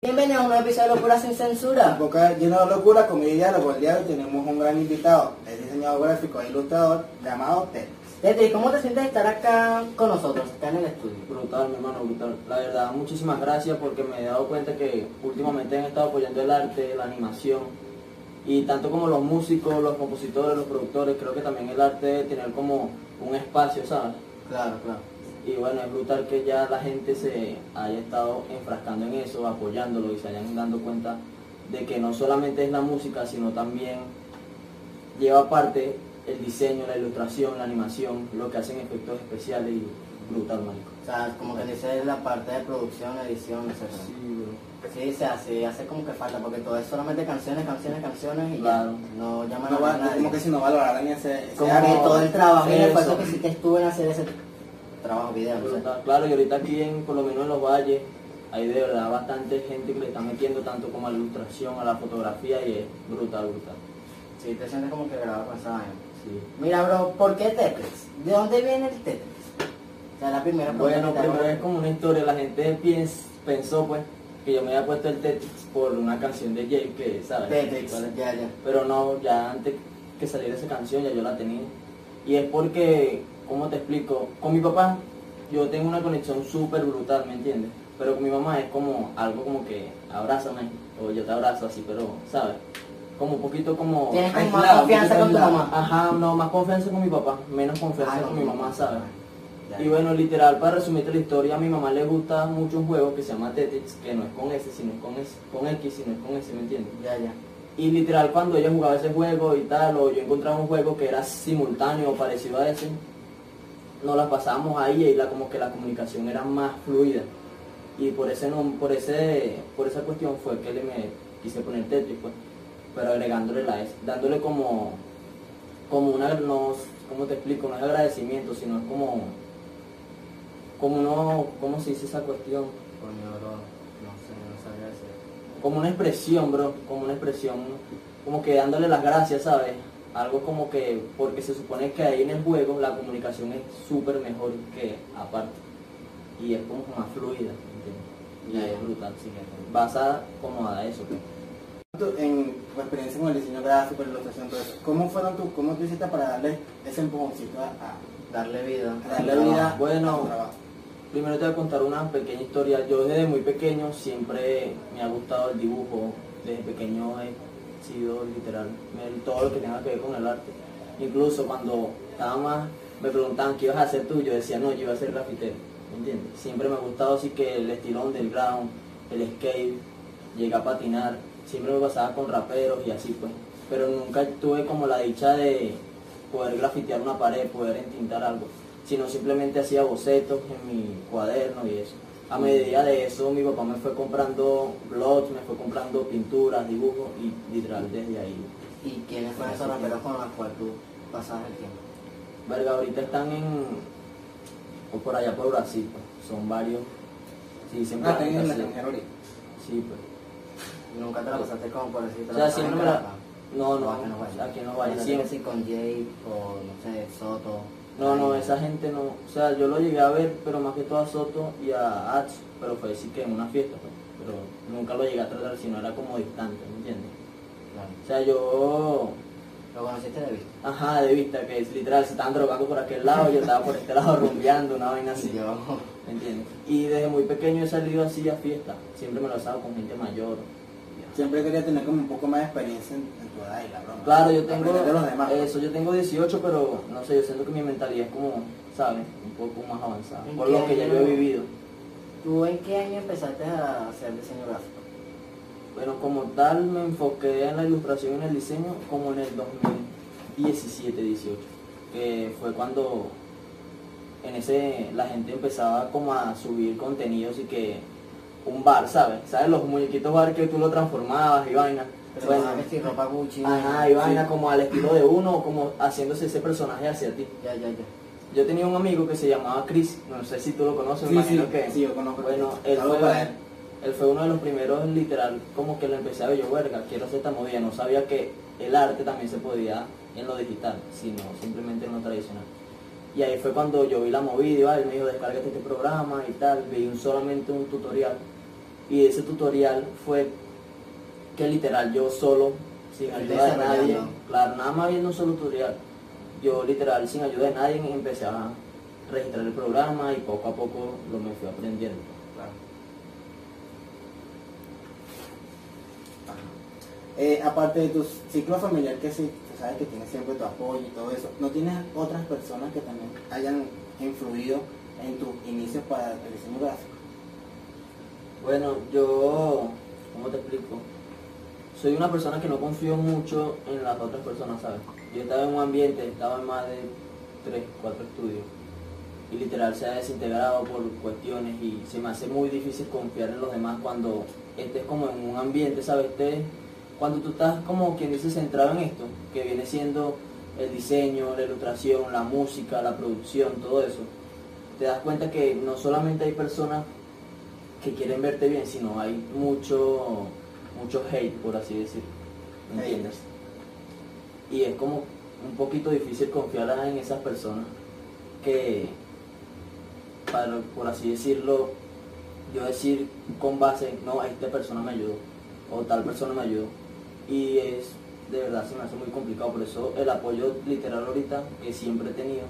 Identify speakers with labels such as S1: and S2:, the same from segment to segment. S1: Bienvenidos a un nuevo episodio de Locura sin Censura.
S2: Boca llena de locura, comedia y diálogo. El día de hoy tenemos un gran invitado, el diseñador gráfico e ilustrador llamado Ted.
S1: Tete, ¿cómo te sientes de estar acá con nosotros, acá en el estudio?
S3: Brutal, mi hermano, brutal. La verdad, muchísimas gracias porque me he dado cuenta que últimamente han estado apoyando el arte, la animación. Y tanto como los músicos, los compositores, los productores, creo que también el arte debe tener como un espacio, ¿sabes?
S2: Claro, claro.
S3: Y bueno, es brutal que ya la gente se haya estado enfrascando en eso, apoyándolo y se hayan dando cuenta de que no solamente es la música, sino también lleva aparte el diseño, la ilustración, la animación, lo que hacen efectos especiales y brutal, marico.
S1: O sea, como que dice la parte de producción, edición, etcétera. Sí, se hace, hace como que falta, porque todo es solamente canciones, canciones, canciones y ya.
S3: Claro.
S1: No llaman
S2: No
S1: a
S2: va-
S1: nadie.
S2: como que si no valoraran ese, ese
S1: Como
S2: área.
S1: que todo el trabajo y el
S3: Eso.
S1: esfuerzo que sí te estuvo en hacer ese trabajo video, no sé.
S3: Brutal. Claro, y ahorita aquí en, por lo menos en los valles, hay de verdad bastante gente que le está metiendo tanto como a la ilustración, a la fotografía y es brutal, brutal.
S1: Sí, te sientes como que grabado con esa vaina.
S3: Sí.
S1: Mira, bro, ¿por qué Tetris? ¿De dónde viene el Tetris? O sea, la primera pregunta
S3: Bueno,
S1: que te hago.
S3: primero es como una historia, la gente piens- pensó pues que yo me había puesto el Tetris por una canción de Jake que, ¿sabes?
S1: Tetris,
S3: ¿Cuál es?
S1: ya, ya.
S3: Pero no, ya antes que saliera esa canción ya yo la tenía. Y es porque, ¿cómo te explico? Con mi papá yo tengo una conexión súper brutal, ¿me entiendes? Pero con mi mamá es como algo como que abrázame, o yo te abrazo así, pero, ¿sabes? Como un poquito como...
S1: Tienes como más
S2: aislado,
S1: confianza con tu
S2: aislado.
S1: mamá.
S3: Ajá, no, más confianza con mi papá, menos confianza
S1: Ah, no,
S3: con mi mamá, ¿sabes?
S1: Ya.
S3: Y bueno, literal, para resumirte la historia, a mi mamá le gusta mucho un juego que se llama Tetris, que no es con S, sino es con, S, con X, sino es con S, ¿me entiendes?
S1: Ya, ya.
S3: Y literal, cuando ella jugaba ese juego y tal, o yo encontraba un juego que era simultáneo o parecido a ese, nos las pasábamos ahí y la, como que la comunicación era más fluida. Y por ese, nom- por ese por esa cuestión fue que le me quise poner Tetris, pues, pero agregándole la S, dándole como, como una, no, ¿cómo te explico? No es agradecimiento, sino es como, como uno, ¿cómo se dice esa cuestión?
S1: Coño, bro, no sé, no sabía decir.
S3: como una expresión, bro, como una expresión, como que dándole las gracias, ¿sabes? Algo como que, porque se supone que ahí en el juego la comunicación es súper mejor que aparte. Y es como más fluida, ¿entiendes? Y
S1: Ya, ya.
S3: es brutal, sí. Basada como a eso. pues.
S2: Tú, En tu experiencia con el diseño gráfico, la ilustración, todo eso, ¿cómo fueron tú, cómo tú hiciste para darle ese empujoncito a, a-
S1: Darle vida.
S2: a darle
S3: Trabajo.
S2: vida
S3: Bueno.
S2: a tu trabajo?
S3: Primero te voy a contar una pequeña historia. Yo desde muy pequeño siempre me ha gustado el dibujo. Desde pequeño he sido literal me- todo lo que tenga que ver con el arte. Incluso cuando estaba más, me preguntaban qué ibas a hacer tú, yo decía no, yo iba a ser grafitero. ¿Me entiendes? Siempre me ha gustado así que el estilo underground, el skate, llegué a patinar. Siempre me pasaba con raperos y así pues. Pero nunca tuve como la dicha de poder grafitear una pared, poder entintar algo, sino simplemente hacía bocetos en mi cuaderno y eso. A medida de eso, mi papá me fue comprando blogs, me fue comprando pinturas, dibujos y literal desde ahí.
S1: ¿Y quiénes fueron esos raperos con los cuales tú pasabas el tiempo?
S3: Verga, ahorita están en. o por allá por Brasil, pues, son varios. Sí, siempre.
S2: Ah, tenés en el
S3: sí,
S2: extranjero ahorita.
S3: sí, pues.
S1: Y nunca te la pasaste como por decir
S3: O sea, siempre me la- No, no,
S1: Aquí no vaya.
S3: aquí no vaya.
S1: Siempre
S3: siempre.
S1: sí con Jay o no sé, Soto.
S3: No, no, esa gente no. O sea, yo lo llegué a ver, pero más que todo a Soto y a Ats, pero fue decir que en una fiesta, pues, pero nunca lo llegué a tratar, sino era como distante, ¿me entiendes?
S1: Claro.
S3: O sea, yo,
S1: Lo conociste de vista.
S3: ajá, de vista, que es literal, se estaban drogando por aquel lado, yo estaba por este lado rumbeando, una vaina así.
S1: Y yo.
S3: ¿Me entiendes? Y desde muy pequeño he salido así a fiestas, siempre me lo he pasado con gente mayor.
S2: Siempre quería tener como un poco más de experiencia en, en tu edad y la broma.
S3: Claro, yo tengo
S2: Aprender de los demás. pues.
S3: eso, yo tengo 18, pero no sé, yo siento que mi mentalidad es como, ¿sabes? Un poco más avanzada,
S1: ¿En
S3: por
S1: qué
S3: lo que ya
S1: año?
S3: yo he vivido.
S1: ¿Tú en qué año empezaste a hacer diseño gráfico?
S3: Pero como tal me enfoqué en la ilustración y en el diseño como en el 2017-18, que fue cuando en ese la gente empezaba como a subir contenidos y que un bar, ¿sabes? ¿Sabes? Los muñequitos bar que tú lo transformabas y vaina.
S1: Pero
S3: Bueno,
S1: bueno, vestir ropa Gucci.
S3: ajá, y vaina como al estilo de uno o como haciéndose ese personaje hacia ti.
S1: Ya, ya, ya.
S3: Yo tenía un amigo que se llamaba Chris, no sé si tú lo conoces,
S2: Sí,
S3: imagino
S2: sí,
S3: que...
S2: sí, yo conozco.
S3: Bueno, él
S2: Saludos
S3: fue,
S2: para él.
S3: él fue uno de los primeros, literal, como que lo empecé a ver yo, verga, quiero hacer esta movida. No sabía que el arte también se podía en lo digital, sino simplemente en lo tradicional. Y ahí fue cuando yo vi la movida, y va, él me dijo, descárgate este programa y tal. Vi un- solamente un tutorial y ese tutorial fue que literal yo solo, sin ayuda de nadie,
S1: Desarrollando.
S3: claro, nada más viendo un solo tutorial, yo literal sin ayuda de nadie empecé a registrar el programa y poco a poco lo me fui aprendiendo.
S2: Eh, aparte de tu ciclo familiar, que sí, tú sabes que tienes siempre tu apoyo y todo eso, ¿no tienes otras personas que también hayan influido en tus inicios para el diseño gráfico?
S3: Bueno, yo, ¿cómo te explico? Soy una persona que no confío mucho en las otras personas, ¿sabes? Yo estaba en un ambiente, estaba en más de 3, 4 estudios y literal se ha desintegrado por cuestiones y se me hace muy difícil confiar en los demás cuando estés como en un ambiente, ¿sabes? Estés- cuando tú estás como quien dice centrado en esto, que viene siendo el diseño, la ilustración, la música, la producción, todo eso, te das cuenta que no solamente hay personas que quieren verte bien, sino hay mucho, mucho hate, por así decirlo. ¿me
S2: Hate.
S3: ¿Entiendes? Y es como un poquito difícil confiar en esas personas que, para- por así decirlo, yo decir con base, no, esta persona me ayudó, o tal persona me ayudó. Y es, de verdad, se me hace muy complicado, por eso el apoyo literal ahorita que siempre he tenido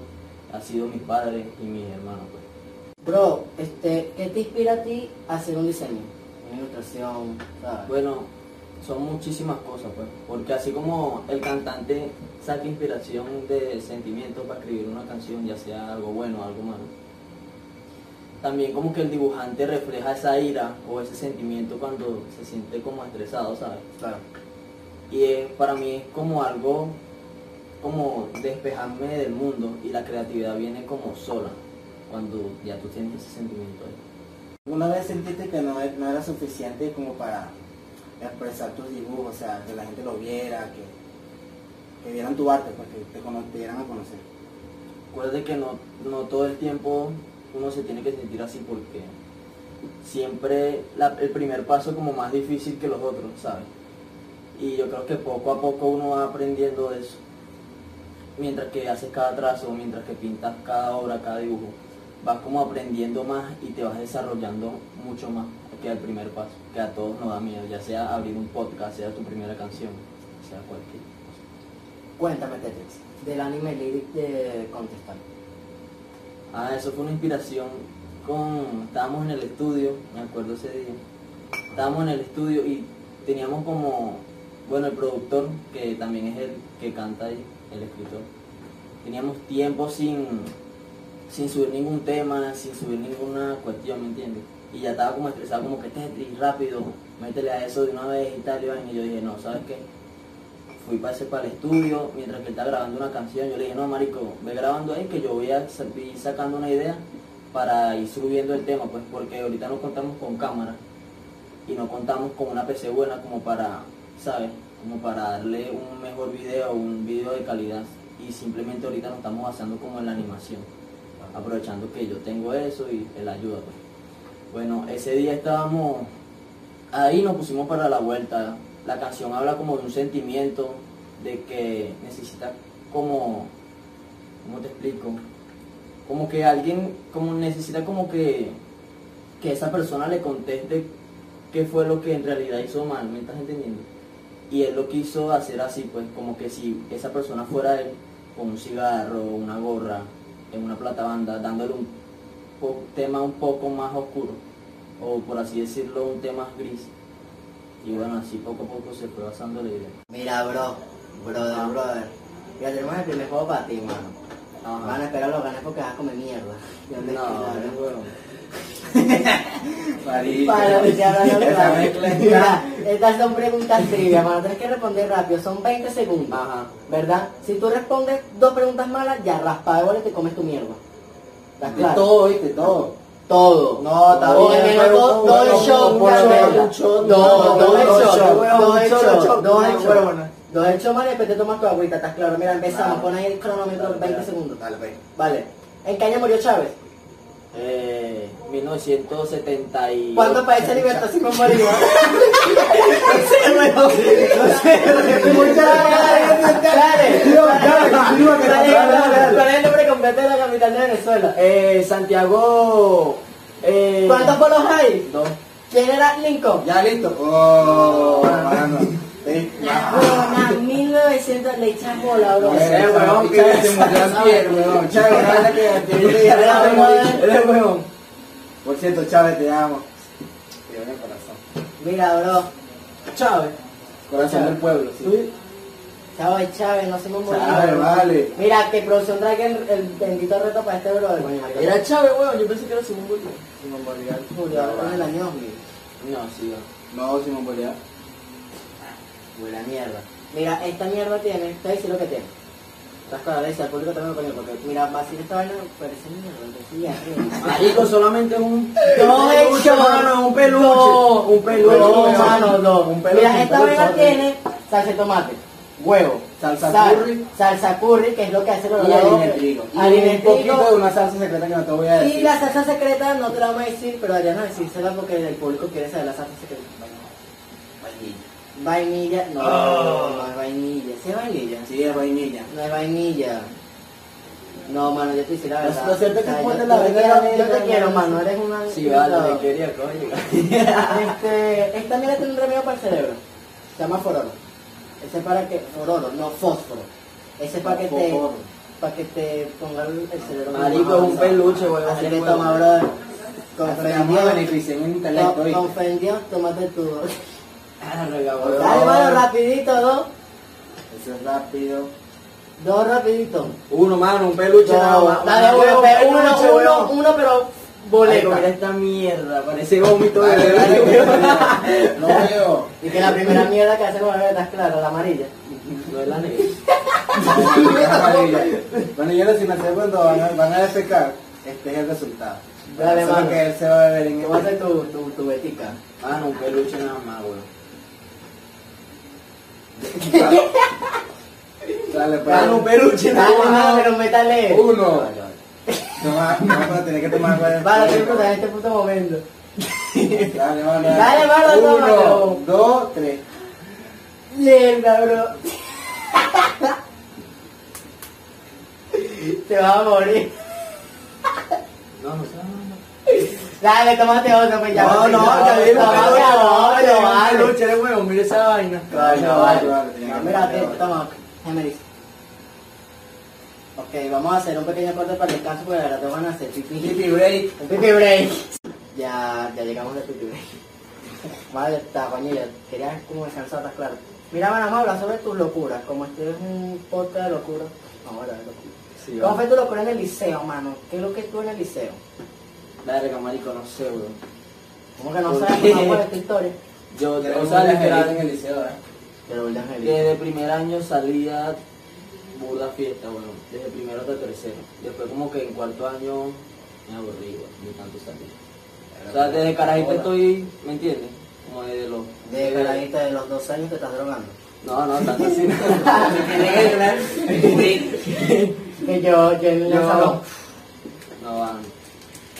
S3: ha sido mis padres y mis hermanos. pues.
S1: Bro, este, ¿qué te inspira a ti a hacer un diseño? Una ilustración, ¿sabes?
S3: Bueno, son muchísimas cosas, pues, porque así como el cantante saca inspiración de sentimientos para escribir una canción, ya sea algo bueno o algo malo, también como que el dibujante refleja esa ira o ese sentimiento cuando se siente como estresado, ¿sabes?
S1: Claro.
S3: Y es- para mí es como algo, como despejarme del mundo y la creatividad viene como sola, cuando ya tú sientes ese sentimiento. ahí.
S2: ¿Alguna vez sentiste que no, e- no era suficiente como para expresar tus dibujos, o sea, que la gente lo viera, que, que vieran tu arte, pues, que te, cono- te dieran a conocer?
S3: Acuérdate que no, no todo el tiempo uno se tiene que sentir así porque siempre la- el primer paso es como más difícil que los otros, ¿sabes? Y yo creo que poco a poco uno va aprendiendo eso. Mientras que haces cada trazo, mientras que pintas cada obra, cada dibujo, vas como aprendiendo más y te vas desarrollando mucho más que al primer paso, que a todos nos da miedo, ya sea abrir un podcast, sea tu primera canción, sea cualquier.
S1: Cuéntame, Tetris, del anime lyric de Contestar.
S3: Ah, eso fue una inspiración con... Estábamos en el estudio, me acuerdo ese día. Estábamos en el estudio y teníamos como... Bueno, el productor, que también es el que canta ahí, el escritor. Teníamos tiempo sin, sin subir ningún tema, sin subir ninguna cuestión, ¿me entiendes? Y ya estaba como estresado, como que Tetris, rápido, métele a eso de una vez y tal, y vaina". y yo dije, no, ¿sabes qué? fui para para el estudio, mientras que él estaba grabando una canción, yo le dije, no, marico, ve grabando ahí que yo voy a sa- ir sacando una idea para ir subiendo el tema, pues porque ahorita no contamos con cámara y no contamos con una PC buena como para, ¿sabes? Como para darle un mejor video, un video de calidad y simplemente ahorita nos estamos basando como en la animación, aprovechando que yo tengo eso y él ayuda, pues. Bueno, ese día estábamos ahí nos pusimos para la vuelta. La canción habla como de un sentimiento, de que necesitas como, ¿cómo te explico? Como que alguien, como necesita como que, que esa persona le conteste qué fue lo que en realidad hizo mal, ¿me estás entendiendo? Y él lo quiso hacer así, pues como que si esa persona fuera él, con un cigarro, una gorra, en una plata banda, dándole un po- tema un poco más oscuro o por así decirlo, un tema gris. Y bueno, así poco a poco se fue basando la idea.
S1: Mira, bro, brother, brother. Ya tenemos el primer juego para ti, mano. Van a esperar los ganas porque vas a comer mierda.
S3: No, no, bueno.
S1: Para que te hagan los
S2: Esa
S1: planes.
S2: mezcla es-
S1: Mira, Estas son preguntas trivias, mano. Tienes que responder rápido. Son 20 segundos.
S3: Ajá.
S1: ¿Verdad? Si tú respondes dos preguntas malas, ya raspa de bola y te comes tu mierda. ¿Estás
S2: De
S1: claro?
S2: todo, viste, todo.
S1: Todo.
S2: No, está
S1: Todo,
S2: bien,
S1: menos
S2: pero
S1: Todo
S2: un-
S1: todo el
S2: un-
S1: show,
S2: un-
S1: una
S2: un-
S1: verga.
S2: un
S1: No,
S2: shot, no,
S1: Dos
S2: no,
S1: el
S2: no,
S1: shot, dos el
S2: shot,
S1: shot,
S2: no, no, shot,
S1: dos el
S2: no,
S1: shot.
S2: huevona.
S1: Dos el show, mano, y después te tomas tu agüita, ¿estás claro? Mira, empezamos.
S2: Claro.
S1: Pon ahí el cronómetro,
S3: Claro,
S1: 20
S3: claro.
S1: segundos.
S2: Dale, ve.
S1: Vale. ¿En qué año murió Chávez?
S3: Eh, 1970 y...
S1: ¿Cuántos países libertó Simón Bolívar? ¿Cuál es el nombre completo de la capital de Venezuela?
S3: Eh, Santiago... Eh,
S1: ¿Cuántos polos hay?
S3: Dos.
S1: ¿Quién era Lincoln?
S2: Ya listo. Oh,
S1: No.
S2: mano. Sí,
S1: La
S2: ah.
S1: broma, 1900 le echan bola, bro.
S2: Bueno,
S3: Eh, weón,
S2: chale,
S3: que-
S2: se murió Antier, weón. Chale, ojalá que- que un día le hablemos de él.
S3: Eres huevón.
S2: Por cierto, Chávez, te amo. Te amo en el corazón.
S1: Mira, bro,
S3: Chávez.
S2: Corazón del pueblo, sí.
S3: ¿Tú?
S1: Chávez, Chávez, no se me
S2: Chávez, vale.
S1: Mira, que producción traiga el, el bendito reto para este brother.
S3: Era Chávez, huevón. Yo pensé que era Simón Bolívar.
S2: Simón Bolívar.
S1: Julio, en el año 2000.
S3: No, sí, no.
S2: No, Simón Bolívar.
S1: Buena mierda. Mira, esta mierda tiene, te voy a decir lo que tiene. Las cosas, le dice al público también, coño, porque mira, vacío esta vaina, parece mierda, entonces ya, mira.
S3: Marico, solamente es un
S1: No,
S3: peluche,
S1: hecho.
S3: mano, un peluche,
S1: No.
S3: un peluche,
S1: No, mano, no.
S3: un peluche,
S1: Mira,
S3: un
S1: esta
S3: peluche,
S1: vaina
S3: ok.
S1: tiene salsa de tomate, huevo,
S2: Salsa
S1: sal,
S2: curry.
S1: salsa curry, que es lo que hace los
S2: Y harina de
S1: lados.
S2: trigo. Y
S1: harina de
S2: un poquito de
S1: trigo.
S2: una salsa secreta que no te voy a decir.
S1: Y la salsa secreta no te la vamos a decir, pero deberíamos decírsela porque el público quiere saber la salsa secreta.
S2: Vainilla.
S1: Vainilla, no,
S2: Oh.
S3: Ah.
S1: no es vainilla, sí es vainilla.
S2: Sí, es vainilla.
S1: No hay vainilla. No, mano, yo te hice la
S2: Lo-
S1: verdad.
S2: lo cierto es que
S1: O sea,
S2: ponte
S1: yo-
S2: la
S1: yo te
S2: verga
S1: quiero- Yo
S2: negra,
S1: te
S2: ¿no?
S1: quiero, mano, eres una...
S3: Sí, vale,
S1: no.
S3: te quería, coño.
S1: Este, esta mira tiene un remedio para el cerebro. Se llama fororo. Ese es para que... Fororo, no fósforo. Ese es para que te...
S2: Fósforo.
S1: Para que te ponga el el cerebro.
S3: Marico, es un peluche, huevón,
S1: Así
S3: un
S1: que
S3: huevo.
S1: toma, brother.
S2: Hasta que vamos a
S1: Confendió.
S2: beneficiar en el intelecto,
S1: No,
S2: ¿viste?
S1: Confendió, tómate tu...
S3: Ah, rega, huevón.
S1: Dale, mano, rapidito, dos.
S2: Eso es rápido.
S1: Dos rapidito.
S3: Uno, mano, un peluche nada más.
S1: Dale, uno,
S3: Marico, un
S1: pero uno,
S3: peluche,
S1: uno,
S3: huevón.
S1: uno, pero
S3: Marico, mira
S1: boleta.
S3: esta mierda, parece vómito de
S2: Dale, dale, que
S3: bebé.
S2: No veo.
S1: Y que la primera mierda que hace con la estás claro, la amarilla.
S3: No es la negra.
S2: Bueno, yo les imaginé cuando van a, van a defecar, este es el resultado.
S1: Dale,
S2: Eso es
S1: mano.
S2: lo que él se va a beber en
S1: ¿Qué
S2: el
S1: va a ser tu, tu, tu betica?
S3: Mano, un peluche nada más, huevón.
S2: Dale,
S3: Mano, un
S2: pues.
S3: peluche
S1: Dale,
S3: nada
S1: mano,
S3: más.
S1: pero métale.
S3: Uh.
S2: Uno. No vas no, vas a tener que tomar varias-
S1: Vale, siempre en este puto momento.
S2: Dale, mano.
S1: Dale, mano, tómalo.
S2: Uno, dos, tres.
S1: Mierda, bro. Te vas a morir.
S3: No, no, no. no.
S1: Dale, tómate otro, pues ya.
S3: No, no, ya
S1: Tómate
S3: vi un
S1: otro,
S3: peluche,
S1: vale.
S3: un peluche de huevo, mira esa vaina.
S1: Ay, no,
S2: No,
S1: vale.
S2: vale, tenía
S1: No,
S2: que
S1: mira,
S2: ponerle
S1: te-
S2: orden.
S1: toma. Ya me dice. Ok, vamos a hacer un pequeño corte para el descanso porque la verdad te van a hacer pipí.
S2: Pipi break.
S1: Un pipi break. Ya, ya llegamos al pipi break. Vale, está, Juanilla, querías como descansar, estás claro. Mira, van vamos a hablar sobre tus locuras. Como este es un podcast de locura, vamos a hablar de locura.
S3: Sí,
S1: ¿Cómo
S3: va.
S1: fue tu locura en el liceo, mano? ¿Qué es lo que tú en el liceo?
S3: Verga, marico, no sé, weón.
S1: ¿Cómo que no
S3: ¿Por
S1: sabes
S3: qué?
S1: cómo fue esta historia?
S3: Yo, o
S2: Tenemos
S3: sea,
S2: una jerita en
S3: literal,
S2: el liceo, ¿eh?
S1: Pero el Angelito.
S3: desde primer año salía burda fiesta, bueno, desde primero hasta tercero. Después como que en cuarto año me aburrí, weón, de tanto salir. O sea, desde carajito estoy, ¿me entiendes? Como desde los...
S1: De la vista de los dos años te estás drogando.
S3: No, no, tanto así. no.
S1: Que yo, yo en el salón.
S3: No, no, van.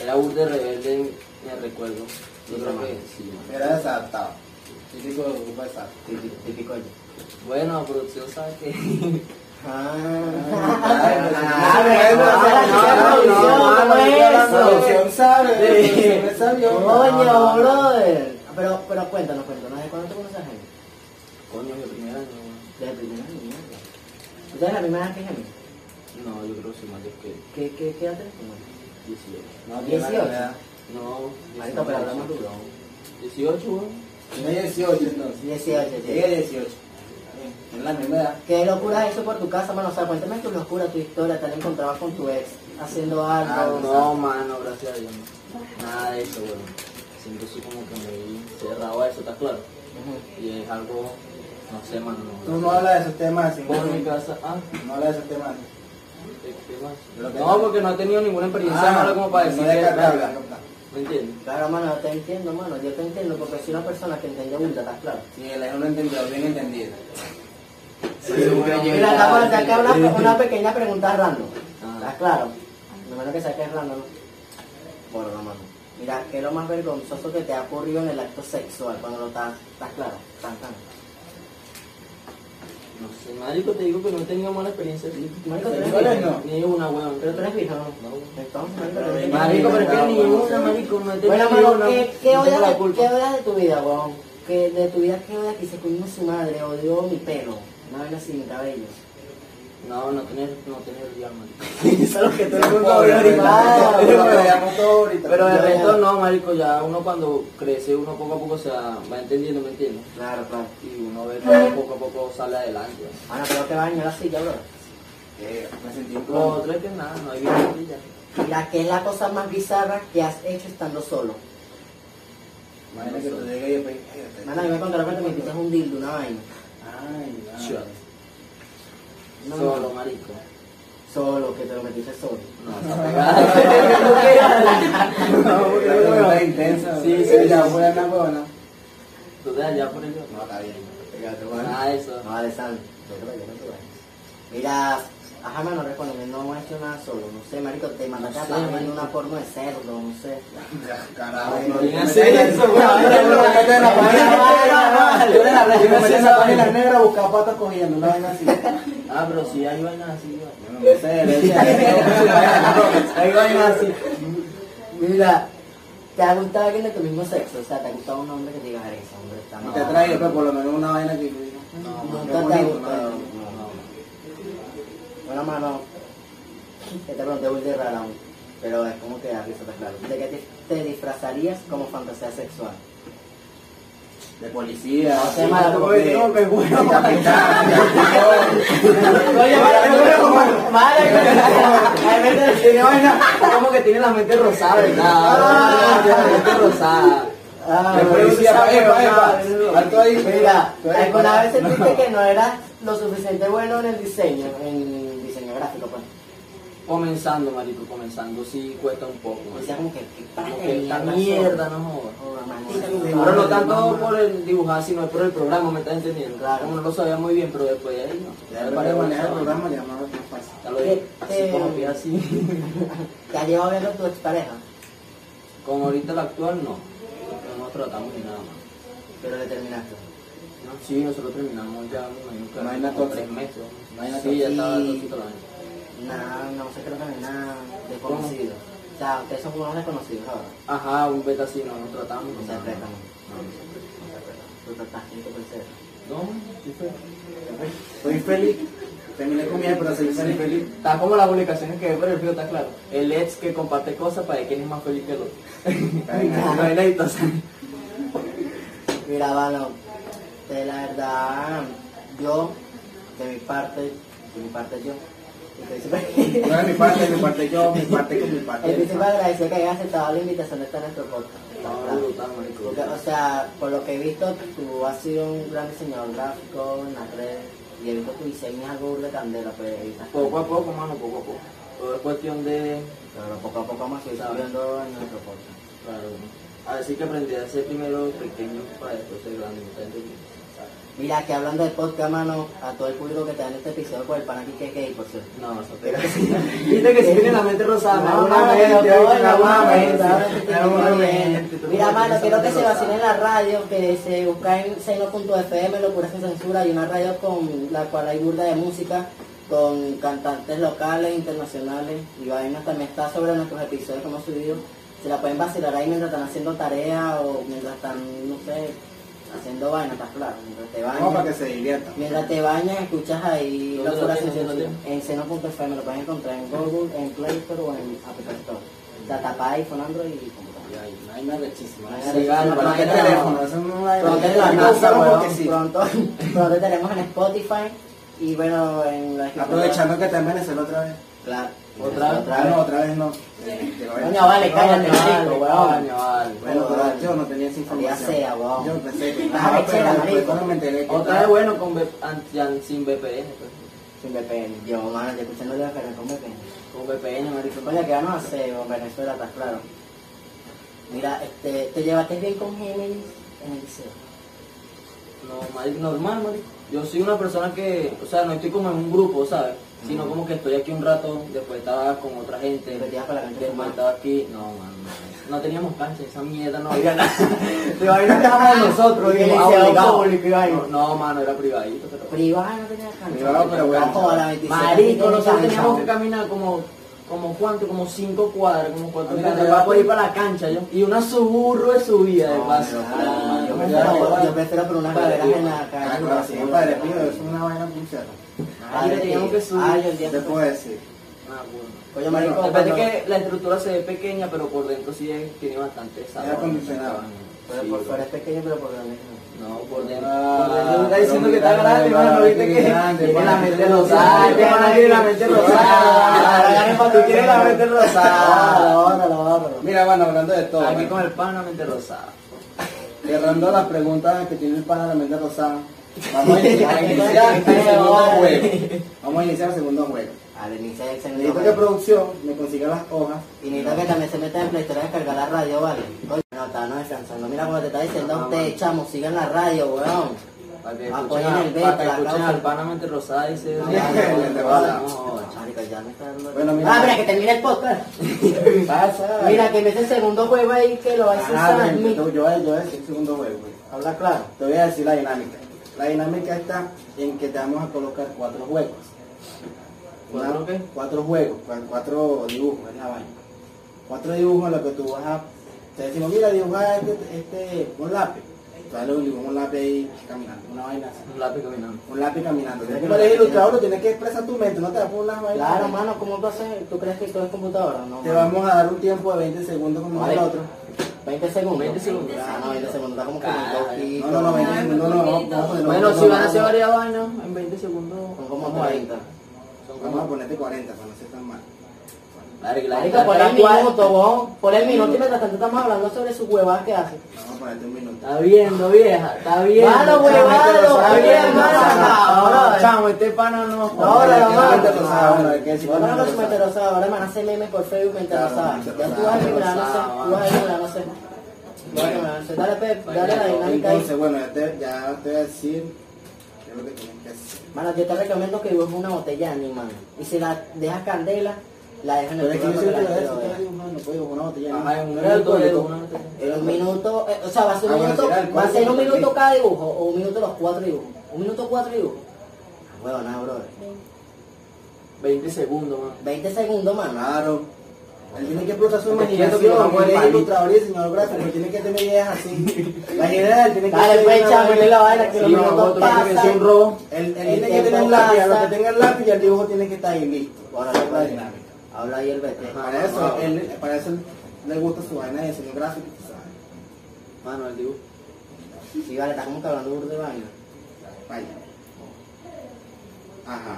S3: Era burda de rebelde, me recuerdo. Yo creo que sí, man.
S2: Era desadaptado. Típico de grupo desadaptado.
S1: Típico, típico yo.
S3: Bueno, producción sabe que...
S1: Ah, bueno, ahora sí se produció, ¿cómo es eso?
S2: Producción sabe,
S3: Sí.
S2: producción es sabio.
S1: Coño, brother. Pero, pero cuéntanos, cuéntanos, ¿de cuándo tú conoces a Gemini?
S3: Coño, mi primer año, weón.
S1: Desde el primer año, mierda. ¿Tú sabes la primera vez que Gemini?
S3: No, yo creo que soy mayor que él.
S1: ¿Qué, qué, qué edad tenés tú, mano?
S3: 18.
S2: No, tiene
S1: 18.
S2: nada.
S3: No,
S1: Marico, pero hablamos duro.
S3: 18, weón.
S2: Tiene 18 entonces.
S1: 18,
S2: Tiene
S1: 18.
S2: 18. Es la misma edad.
S1: ¿Qué locura es eso por tu casa, mano? O sea, cuéntame tu locura, tu historia, te la encontrabas con tu ex haciendo algo.
S2: Ah,
S3: No, mano, gracias a Dios. no. Nada de eso, weón. Siempre soy como que muy cerrado a eso, ¿estás claro?
S1: Ujú.
S3: Y es algo, no sé, mano.
S2: Tú no hablas de esos temas así.
S3: Por mi
S2: No
S3: casa, ah,
S2: hablas de esos temas.
S3: ¿qué qué
S2: Lo
S3: más?
S2: que- Ah,
S3: No, porque no he tenido ninguna experiencia mala como para decir
S2: No
S3: que-
S2: dejas de hablar.
S3: ¿Me entiendes?
S1: Claro, mano, te entiendo, mano. Yo te entiendo porque soy una persona que entiende burda, ¿estás claro?
S2: Sí, él es un entendedor bien entendido.
S3: Sí,
S1: Mira, estamos acá una, una pequeña pregunta random.
S3: Ah.
S1: ¿Estás claro? Lo menos que saques random. ¿no? Bueno, no mano. Mira, ¿qué es lo más vergonzoso que te ha ocurrido en el acto sexual cuando lo estás, estás claro? Tan, tan.
S3: No sé, marico, te digo que no he tenido mala experiencia.
S1: Marico,
S2: ¿Te
S1: tú eres
S2: acuerdas?
S1: virgen.
S2: No.
S3: Ni una, weón.
S1: Pero tú eres virgen, ¿no? Entonces, marico, tú eres
S3: Marico,
S1: virgen.
S3: pero es que ni
S2: Bueno,
S3: una, marico, no he tenido
S1: Bueno,
S3: ni
S1: mano,
S3: una.
S1: ¿qué, qué,
S3: No tengo
S1: odias
S3: la
S1: de,
S3: culpa.
S1: ¿qué odias de tu vida, weón? ¿Qué, de tu vida, ¿qué odias que se coño su madre? Odio mi pelo. Una vaina sin mi cabello.
S3: No, no tener, no tener ya, marico.
S1: Eso es lo que todo el mundo
S2: Pobre,
S1: odia ahorita.
S2: ¿verdad? Lo creamos todo ahorita.
S3: Pero de
S2: Ya,
S3: resto no, marico, ya uno cuando crece, uno poco a poco se va va entendiendo, ¿me entiendes?
S1: Claro, claro.
S3: Y uno ve que poco a poco sale adelante. ¿no?
S1: Bueno, pero que baño la silla, bro.
S2: eh, Me sentí un
S3: Lo
S2: poco...
S3: otro es que nada, no hay vida
S1: Mira, ¿qué es la cosa más bizarra que has hecho estando solo?
S2: Imagina que tú llegas y después... eh, te-
S1: Mano, yo me encontré que me quitas un dildo, una vaina.
S2: Ay, nada.
S3: Shot.
S1: No,
S3: Solo,
S1: no.
S3: marico.
S1: Solo, que te lo metiste solo.
S3: No, está pegada.
S2: La pregunta es intensa.
S3: Sí,
S2: ¿verdad?
S3: sí,
S2: Ya, pues.
S3: sí.
S2: buena, buena.
S3: Tú te das ya por el yo.
S2: No, está bien.
S1: Fíjate, bueno.
S3: Nada de Ah, eso.
S1: No, Ah, de San. Yo creo que yo no te voy. Mira, ajá, mano, respóndeme, no hemos hecho nada solo, no sé, marico, te mandaste
S3: No
S1: a
S3: sé,
S1: trabajar en
S3: marico.
S1: una porno de cerdo, no sé.
S2: Ya, Carajo,
S1: Ay,
S2: no
S1: no
S2: me
S3: digas
S2: metas en-
S3: eso,
S2: no,
S3: güey.
S2: no, no, no, no, no, en la página negra, no, yo en la- yo me metí en la página negra a buscar patas cogiendo una vaina así.
S3: Ah, pero si hay vainas así, yo.
S2: No, no sé, le decía,
S3: Hay vainas así.
S1: Mira, ¿te ha gustado alguien de tu mismo sexo? O sea, ¿te ha gustado un hombre que te diga, "Ay, ese hombre está
S2: Y
S1: mal"?
S2: te traigo, pero por lo menos una vaina que yo diga,
S3: No,
S2: mm,
S1: no,
S2: qué
S1: no te
S2: bonito,
S1: gusta.
S2: no, no,
S1: Bueno, mano, Este que te pregunté muy de raro aún, pero es como que a risa está claro. ¿De qué te, te disfrazarías como fantasía sexual?
S2: De policía,
S1: No sé,
S2: así,
S1: mala,
S2: como
S1: porque
S2: de-
S1: no me
S2: de capitán, de anfitrión.
S1: Oye,
S2: Oye,
S3: Como que tiene la mente rosada y
S1: Ah.
S3: nada. Tiene la mente rosada.
S1: Ah,
S2: de policía,
S1: pero tú sabes,
S2: epa,
S1: papá.
S2: epa, alto ahí,
S1: Mira,
S2: tú eres
S1: alguna vez
S2: para-
S1: sentiste
S2: no.
S1: que no eras lo suficiente bueno en el diseño, en diseño gráfico, pues.
S3: Comenzando, marico, comenzando sí cuesta un poco.
S1: O sea,
S3: marico.
S1: como que, ¿qué
S3: Como
S1: pasa?
S3: que esta mierda, no jodas.
S1: Joder,
S2: Sí,
S1: maldita,
S2: sí,
S1: joder.
S3: Pero no tanto por el dibujar, sino por el programa, ¿me estás entendiendo?
S1: Claro.
S3: Como no lo sabía muy bien, pero después de ahí no.
S2: Ya
S3: Ya
S2: el
S3: me
S2: padre
S3: paré
S2: maneja el
S3: mucho.
S2: programa, ya no es más fácil.
S3: Ya lo dije,
S1: Eh,
S3: así como fui así.
S1: ¿Te has llevado bien con tu expareja?
S3: Como ahorita la actual, no. No nos tratamos ni nada más.
S1: Pero le terminaste.
S3: No, sí, nosotros terminamos ya, me imagino que
S2: No hay nada
S3: como
S2: tóxico.
S3: tres meses.
S2: No hay nada
S3: sí, ya
S1: tóxico.
S3: estaba
S1: Y-
S3: toquito la vaina.
S1: Nada, no se creo que no hay nada desconocido. O sea, ustedes son unos desconocidos ahora.
S3: Ajá, un beta sí, no nos tratamos.
S1: No
S3: ni
S1: se
S3: nada.
S1: apretan. Tú trataste de convencer.
S3: No, sí fue.
S2: Soy feliz, terminé con mi ex, pero soy feliz. feliz.
S3: Está como las publicaciones que ve por el frío, está claro. El ex que comparte cosas para ver quién es más feliz que el otro.
S2: bien.
S3: no hay nada
S1: Mira, mano, de la verdad, yo, de mi parte, de mi parte yo, el principal-
S2: No es mi parte, mi parte yo, mi parte con mi parte.
S1: el principal agradecido que hayas aceptado la invitación de estar en nuestro podcast. la
S3: Estaba
S1: verdad.
S3: brutal, marico.
S1: Porque, o sea, por lo que he visto, tú has sido un gran diseñador gráfico en las redes y he visto tu diseño es algo de candela, pues, pero he visto-
S3: Poco a poco, mano, poco a poco. Todo es cuestión de...
S1: Pero poco a poco más a seguir
S3: Claro.
S1: subiendo en nuestro podcast.
S3: Claro. A decir que aprendí a hacer primero pequeño para después ser grande. ¿me estás entendiendo?
S1: Mira, que hablando de podcast, mano, a todo el público que está en este episodio por el pan aquí que es gay, por cierto.
S3: No, eso te Viste que si tiene la mente rosada,
S1: No,
S3: una
S1: mano,
S3: mente,
S1: pero
S3: oye,
S1: bueno,
S3: una
S1: mano,
S3: mente,
S1: ahora sí te
S3: una
S1: entiendo
S3: mente.
S1: bien. Mira, mano, quiero que se vacile en la radio, que se busca en seno.fm, Locura sin Censura, hay una radio con la cual hay burda de música, con cantantes locales, internacionales, y vainas también está sobre nuestros episodios que hemos subido. Se la pueden vacilar ahí mientras están haciendo tarea o mientras están, no sé, haciendo vainas, está claro, mientras te
S2: Vamos para
S1: bañas.
S2: que se diviertan.
S1: Mientras te bañas, escuchas ahí
S3: ¿Dónde lo
S1: Locura sin
S3: tienes? ¿Dónde
S1: Censura.
S3: lo
S1: En seno.fm lo puedes encontrar en Google, en Play Store o en Apple Store. O sea, tapa iPhone, Android y computadora.
S2: Ay, me rechísima.
S1: Ay,
S2: Sí,
S1: rechísima.
S2: para qué
S1: Ay,
S2: teléfono,
S1: no.
S2: eso no la
S1: Pronto
S2: Hay
S1: te la
S2: que
S1: NASA,
S2: usarlo
S1: weón.
S2: porque sí.
S1: Pronto, pronto tenemos en Spotify y bueno, en la
S2: Aprovechando que está en Venezuela otra vez.
S1: Claro.
S3: Otra-
S2: Ah, no, otra vez no. Eh, que lo ven.
S1: Coño, vale, cállate,
S3: Coño, vale,
S1: chico, weón.
S3: coño, vale.
S2: Bueno,
S1: Otra
S2: pero
S1: vez.
S2: yo no tenía esa información.
S1: Ya sea, weón.
S2: Yo pensé que
S1: Ah, chela,
S2: estaba, pero después
S1: marico.
S2: cuando me enteré que
S3: Otra
S2: estaba-
S3: vez bueno con B- an- ya sin VPN. pues.
S1: Sin VPN. Yo, mano, yo escuchando la VPN con VPN.
S3: Con VPN, marico.
S1: Oye, ¿qué vamos a hacer con Venezuela? Estás claro. Mira, este, ¿te llevaste bien con Géminis en el liceo?
S3: No, marico, normal, marico. Yo soy una persona que, o sea, no estoy como en un grupo, ¿sabes? Sino como que estoy aquí un rato, después estaba con otra gente,
S1: Te metías con la gente
S3: después
S1: fumada.
S3: estaba aquí. No, mano, no. no teníamos cancha, esa mierda no había nada.
S1: Te imaginas que éramos nosotros,
S3: Dijimos,
S1: y
S3: ah,
S1: liceo
S3: obligado.
S1: público y vaina.
S3: No, no, mano, era privadito, pero...
S1: Privada no tenía cancha.
S2: Privada, pero bueno.
S1: Ojo, a la 26
S3: Marico, nosotros
S1: cancha.
S3: teníamos que caminar como, como cuánto, como cinco cuadras, como cuatro
S2: A mí me
S3: cuadras,
S2: tocaba
S3: para poder ir para la cancha yo. Y una suburro de subida de
S2: No,
S3: paso.
S2: me tocaba,
S1: Ah, Yo
S2: me
S1: prefiero por- yo
S3: Ahí
S1: prefiero por unas
S3: Padre
S1: carreras
S3: Pío.
S1: en la calle.
S2: Ah, claro, sí, en Padre Pío, es una vaina muy cerrada.
S3: le teníamos que subir.
S1: Ah, yo
S2: ¿Qué
S1: entiendo.
S2: te puedo decir?
S3: Ah, bueno.
S1: Coño, marico,
S3: Lo que pasa
S1: cuando-
S3: es que la estructura se ve pequeña, pero por dentro sí es- tiene bastante sabor.
S2: Era acondicionado.
S1: Pero
S3: Sí,
S1: por
S3: bro.
S1: fuera es pequeño, pero por dentro es grande.
S3: No, por dentro.
S2: Ah,
S3: por dentro está
S2: pero
S3: diciendo que
S2: mira,
S3: está grande,
S2: mira,
S3: hermano.
S2: mira,
S3: Viste
S2: mira,
S3: que
S2: grande,
S3: tiene la
S2: mano,
S3: mente
S2: tiene
S3: rosada.
S2: grande,
S3: Este hermano tiene la mente
S2: grande.
S3: rosada.
S1: Ah,
S3: Tú tienes la mente
S1: Ah,
S3: rosada.
S1: bórralo, bórralo.
S2: Mira, bueno, hablando de todo,
S3: Aquí
S2: bueno,
S3: con el pan, la mente rosada.
S2: cerrando las preguntas que tiene el pana de la mente rosada, vamos a iniciar a iniciar el
S1: Qué
S2: segundo
S1: bueno.
S2: juego. Vamos a iniciar el segundo juego.
S1: Al inicio del
S2: Necesito que
S1: examen.
S2: producción me consiga las hojas.
S1: Y necesito que también se meta en Play Store a descargar la radio, ¿vale? Coño, no, está no descansando. Mira como te está diciendo
S3: No,
S1: a usted,
S3: mano.
S1: chamo, sigan la radio, weón.
S3: Para que
S1: Ah,
S3: escuchen
S1: ponen el
S3: a- para que
S1: beta,
S3: escuchen
S1: claro.
S3: al pana mente rosada y se...
S1: No,
S2: ya, ya, ya, te va a dar.
S3: No,
S1: Marico, ya me está dando-
S2: Bueno, mira.
S1: Ah, mira, que termine el podcast.
S2: Pasa.
S1: Mira, que en ese segundo juego ahí que lo hace
S2: Ajá,
S1: Sammy.
S2: bien, yo, yo voy a decir el segundo juego. pues. güey.
S1: Habla claro.
S2: Te voy a decir la dinámica. La dinámica está en que te vamos a colocar cuatro juegos.
S3: ¿Cuatro
S2: Una-
S3: qué?
S2: Cuatro juegos, cua- cuatro dibujos, es la vaina. Cuatro dibujos en los que tú vas a... Te decimos, mira, dibuja este, este un lápiz. Tú dale un dibujo, un lápiz ahí caminando, una vaina así.
S3: un lápiz caminando.
S2: Un lápiz caminando.
S1: Tienes
S2: Tú
S1: que
S2: eres
S1: imaginar.
S2: ilustrador, lo tienes que expresar tu mente, no te vas a una vaina.
S1: Claro, mano, ¿cómo tú haces? ¿Tú crees que todo es computadora? No,
S2: Te
S1: mano.
S2: vamos a dar un tiempo de 20 segundos como
S1: Vale.
S2: el otro.
S1: 20 segundos.
S3: 20 segundos.
S1: Ah, no, 20 segundos. Está como que
S3: Carajo.
S1: dos
S2: No,
S1: pitos.
S2: no, no, 20 segundos, no, no, vamos a ponerlo-
S3: Bueno,
S2: no,
S3: si
S2: no,
S3: van a hacer
S2: no.
S3: varias vainas, en 20 segundos...
S1: Son como
S3: vamos ahí.
S1: 40.
S3: Son
S2: Vamos a
S3: como...
S2: ponerte 40 para no ser tan mal.
S3: Marico, la
S1: Marico, por
S3: está
S1: el
S3: cual-
S1: minuto, vos. Por el minuto y mientras tanto estamos hablando sobre sus huevadas que hace.
S2: Vamos a ponerte un minuto.
S3: Está viendo, vieja, está viendo.
S1: Malo,
S3: Chamo,
S1: huevado,
S3: este lo sabe,
S1: está bien,
S3: no,
S1: malo,
S3: chamo,
S1: cabrón.
S3: Chamo, este pana no.
S1: Ahora,
S2: no,
S1: ahora.
S2: no, no, no, no, no,
S1: Ahora no
S2: no,
S1: soy
S2: no,
S1: meterosado, ahora me van a hacer memes por Facebook meterosado.
S2: Claro,
S1: Ya tú vas a que me la van a hacer,
S3: meterosado,
S1: tú vas a que me la van a hacer. Tú vas a que me la van a hacer. Dale, Pep, dale la dinámica ahí.
S2: Entonces, bueno, ya te, ya te voy a decir qué es lo que tienes que hacer.
S1: Mano, yo te recomiendo que dibujes una botella de mano. Y si la dejas candela, la dejas en
S2: Pero
S1: el
S2: es que yo
S1: programa para
S2: siempre
S1: que
S2: voy a
S1: lo
S2: decir, tú
S1: veas.
S2: eres dibujante, pues, no puedes dibujar una botella.
S3: Ajá, en un
S2: Tú eres
S3: minuto,
S2: alcohólico.
S3: en un minuto.
S2: Eres
S1: Un
S2: alcohólico.
S1: minuto, eh, o sea, va a ser un
S2: Ah, bueno,
S1: minuto, va a
S2: será el
S1: ser un
S2: cuatro,
S1: minuto
S2: sí.
S1: cada dibujo, o un minuto los cuatro dibujos. Un minuto cuatro dibujos. Bueno, nada, brother.
S3: 20 segundos, man.
S1: 20 segundos, mano.
S2: Claro. Él tiene que explotar su
S3: Porque
S2: imaginación.
S3: quiero que
S2: Como él
S3: me
S2: es
S3: valide.
S2: ilustrador y diseñador gráfico, pues, tiene que tener ideas así. La idea de él tiene que
S1: Dale,
S2: ser
S1: pues,
S2: una
S1: chamo,
S2: vaina.
S1: dile la vaina que
S2: Sí,
S1: los
S2: no,
S1: minutos
S2: vos tenés que
S1: pasan.
S2: ser un robo. Él él
S1: El
S2: tiene que
S1: tiempo
S2: tener un lápiz, a lo
S1: pasa.
S2: que tenga el lápiz y el dibujo tiene que estar ahí listo.
S1: Ahora,
S2: Esa es la
S1: dale.
S2: dinámica.
S1: Habla ahí el vete.
S3: Ajá.
S2: Para eso,
S3: Ah.
S2: él, para eso le gusta su vaina de diseño gráfico, tú ¿sabes?
S3: Mano, el dibujo.
S1: Sí, vale, está como que hablando burro de vaina.
S2: Vaya. Ajá.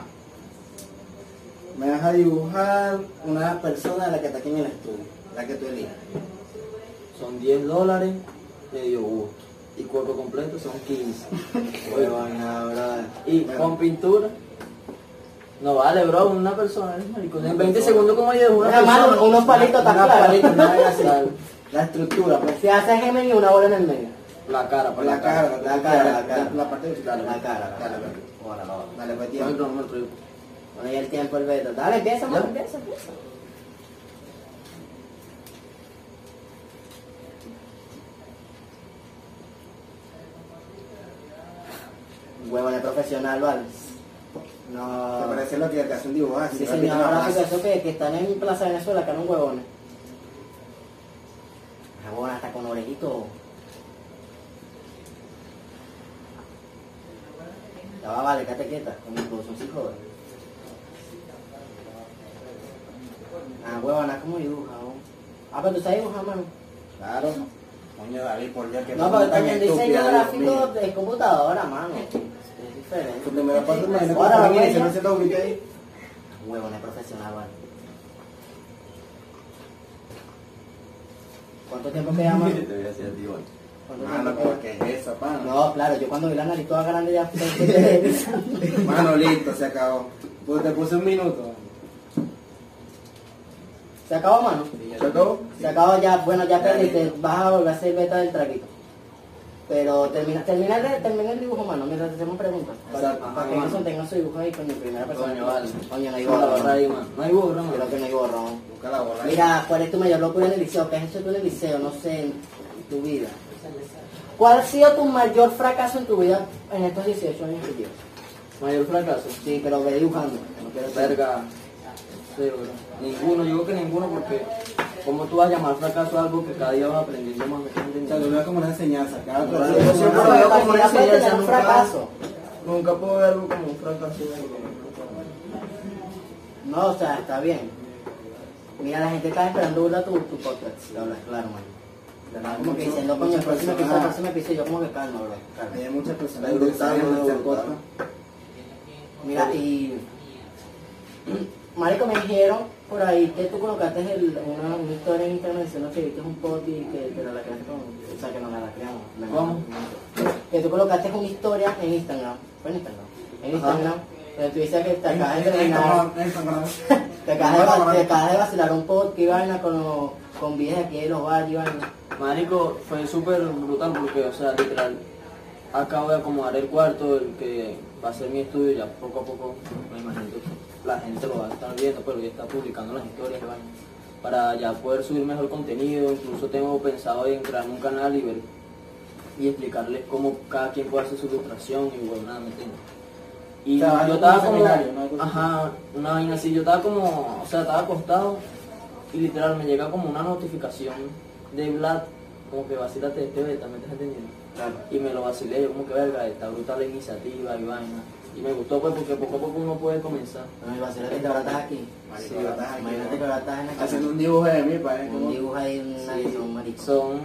S2: Me vas a dibujar una persona de la que está aquí en el estudio, la que tú elijas.
S3: Son 10 dólares, le dio gusto. Y cuerpo completo son 15.
S1: Oye, vaina, brother.
S3: Y
S2: Bueno.
S3: con pintura. No vale, bro, una persona, ¿eh, marico. En 20
S2: persona.
S3: segundos, como yo una
S1: Una
S3: persona.
S1: mano, unos palitos, está
S2: Una
S1: claro.
S2: paleta, una vaina así.
S3: Claro.
S2: La estructura, pues.
S1: Se hace gemen y una bola en el medio.
S3: La cara, para
S2: La cara, la cara, la cara.
S1: La
S2: La parte de
S1: Claro, la cara, la cara.
S2: Dale, pues.
S1: Ahora, ahora.
S2: Dale, pues,
S3: Yo me
S2: tío.
S3: prometo, yo.
S1: Bueno, ya el tiempo el veto. Dale, empieza, mano,
S3: ¿Ya?
S1: empieza, empieza. Huevón, es profesional, ¿vale?
S2: Te
S1: No.
S2: parece lo que te hace un dibujo así.
S1: Sí,
S2: repite
S1: señor,
S2: la
S1: ahora
S2: frase.
S1: que eso que, que están en Plaza Venezuela, acá no huevones. Ah, bueno, hasta con orejito. Ya va, vale, quédate quieta, con mi son joven. Ah, huevona, ¿cómo dibuja? vos? Ah, pero tú sabes dibujar, mano.
S2: Claro. Coño, David, por Dios, que
S1: No, pero
S2: tan
S1: también diseño
S2: estúpida, Dios
S1: gráfico
S2: mío.
S1: de computadora, mano. Es diferente.
S2: Tu primera parte me viene
S1: Ahora,
S2: para mí,
S1: vamos
S2: se
S1: ya.
S2: me hace todo bonito ahí.
S1: Huevona, es profesional, vale. ¿Cuánto tiempo queda, mano?
S4: Te voy a hacer digo,
S3: Ah,
S1: ¿Cuánto
S2: Mano,
S1: tiempo
S2: pero
S1: queda?
S2: ¿qué es eso, pana?
S1: No, claro, yo cuando vi la nariz toda grande ya pensé que...
S2: Mano, listo, se acabó. Pues te puse un minuto.
S1: Se acabó, mano.
S2: ¿Se acabó?
S1: Se acabó ya, bueno, ya
S2: Ya,
S1: perdiste. Vas a volver a ser beta del traquito.
S2: Te
S1: Pero termina, termina, el- termina el dibujo humano mientras te hacemos preguntas. Para,
S3: Exacto,
S1: para que
S3: ajá,
S1: Nelson
S3: mano.
S1: tenga su dibujo ahí con mi primera persona.
S3: Coño, vale.
S1: Coño, no hay
S3: No, la verdad, ahí,
S1: borrón.
S3: man. No hay burro,
S1: Creo que no hay borrón.
S2: Busca la bola. ahí.
S1: Mira, ¿cuál es tu mayor locura en el liceo? ¿Qué has hecho tú en el liceo? No sé, en tu vida. ¿Cuál ha sido tu mayor fracaso en tu vida en estos 18 años que llevas?
S3: Mayor fracaso.
S1: Sí, pero ve dibujando. No quiero saber.
S3: Verga. Sí, bro. Ninguno, yo creo que ninguno porque como tú vas a llamar fracaso algo que cada día vas aprendiendo más, ¿me
S2: O
S3: entiendes?
S2: sea, lo veo como una enseñanza. pues, Cada
S3: Ah, Yo
S2: persona-
S3: siempre
S1: Una
S3: lo veo como
S1: oportunidad
S3: una
S1: puede tener
S3: enseñanza,
S1: un
S3: nunca-
S1: fracaso.
S3: Nunca puedo verlo como un fracaso. porque-
S1: No, o sea, está bien. Mira, la gente está esperando burda tu, tu podcast. Lo hablas claro, man. Lo hablas como que diciendo, coño, el próximo episodio, el próximo episodio, yo como que calma, bro. calma.
S2: Hay muchas personas
S3: Hay
S2: que saben
S3: brutal,
S2: hacer
S3: brutal.
S2: cosas.
S1: Mira, y... Marico, me dijeron por ahí que tú colocaste el- una, una historia en Instagram diciendo que viste un pot y que te la creaste con... O sea, que nos la creamos. Me-
S3: ¿Cómo?
S1: Que tú colocaste una historia en Instagram. Fue en Instagram. En
S3: Ajá.
S1: Instagram. Donde tú dices que te acabas de
S2: En- en- en-
S1: terminar...
S2: en- en-
S1: Te acabas, de, va- te acabas de vacilar un poco que vaina con, los- con viejas de aquí de los bares, vaina.
S3: Marico, fue súper brutal porque, o sea, literal, acabo de acomodar el cuarto, el que va a ser mi estudio, ya poco a poco, me imagino que la gente lo va a estar viendo, pero ya está publicando las historias, y vaina, para ya poder subir mejor contenido, incluso tengo pensado en crear un canal y ver y explicarles cómo cada quien puede hacer su ilustración y bueno, nada, ¿me entiendes? Y
S2: O sea,
S3: yo
S2: algo
S3: estaba
S2: como
S3: como,
S2: seminario, ¿no? Algo así.
S3: ajá, una vaina así, yo estaba como, o sea, estaba acostado y literal me llega como una notificación de Vlad, como que vacílate este beta, ¿me estás entendiendo? Y me lo vacilé, yo como que verga, está brutal la iniciativa y vaina. Y me gustó pues porque poco a poco uno puede comenzar.
S1: No, y vacílate que ahora estás aquí.
S2: Marico,
S1: Sí,
S2: ahora estás aquí,
S1: Imagínate
S2: ¿no?
S1: que ahora estás en la casa.
S2: Haciendo un dibujo de mí, para
S1: Un dibujo ahí, una edición, marico.
S3: Son,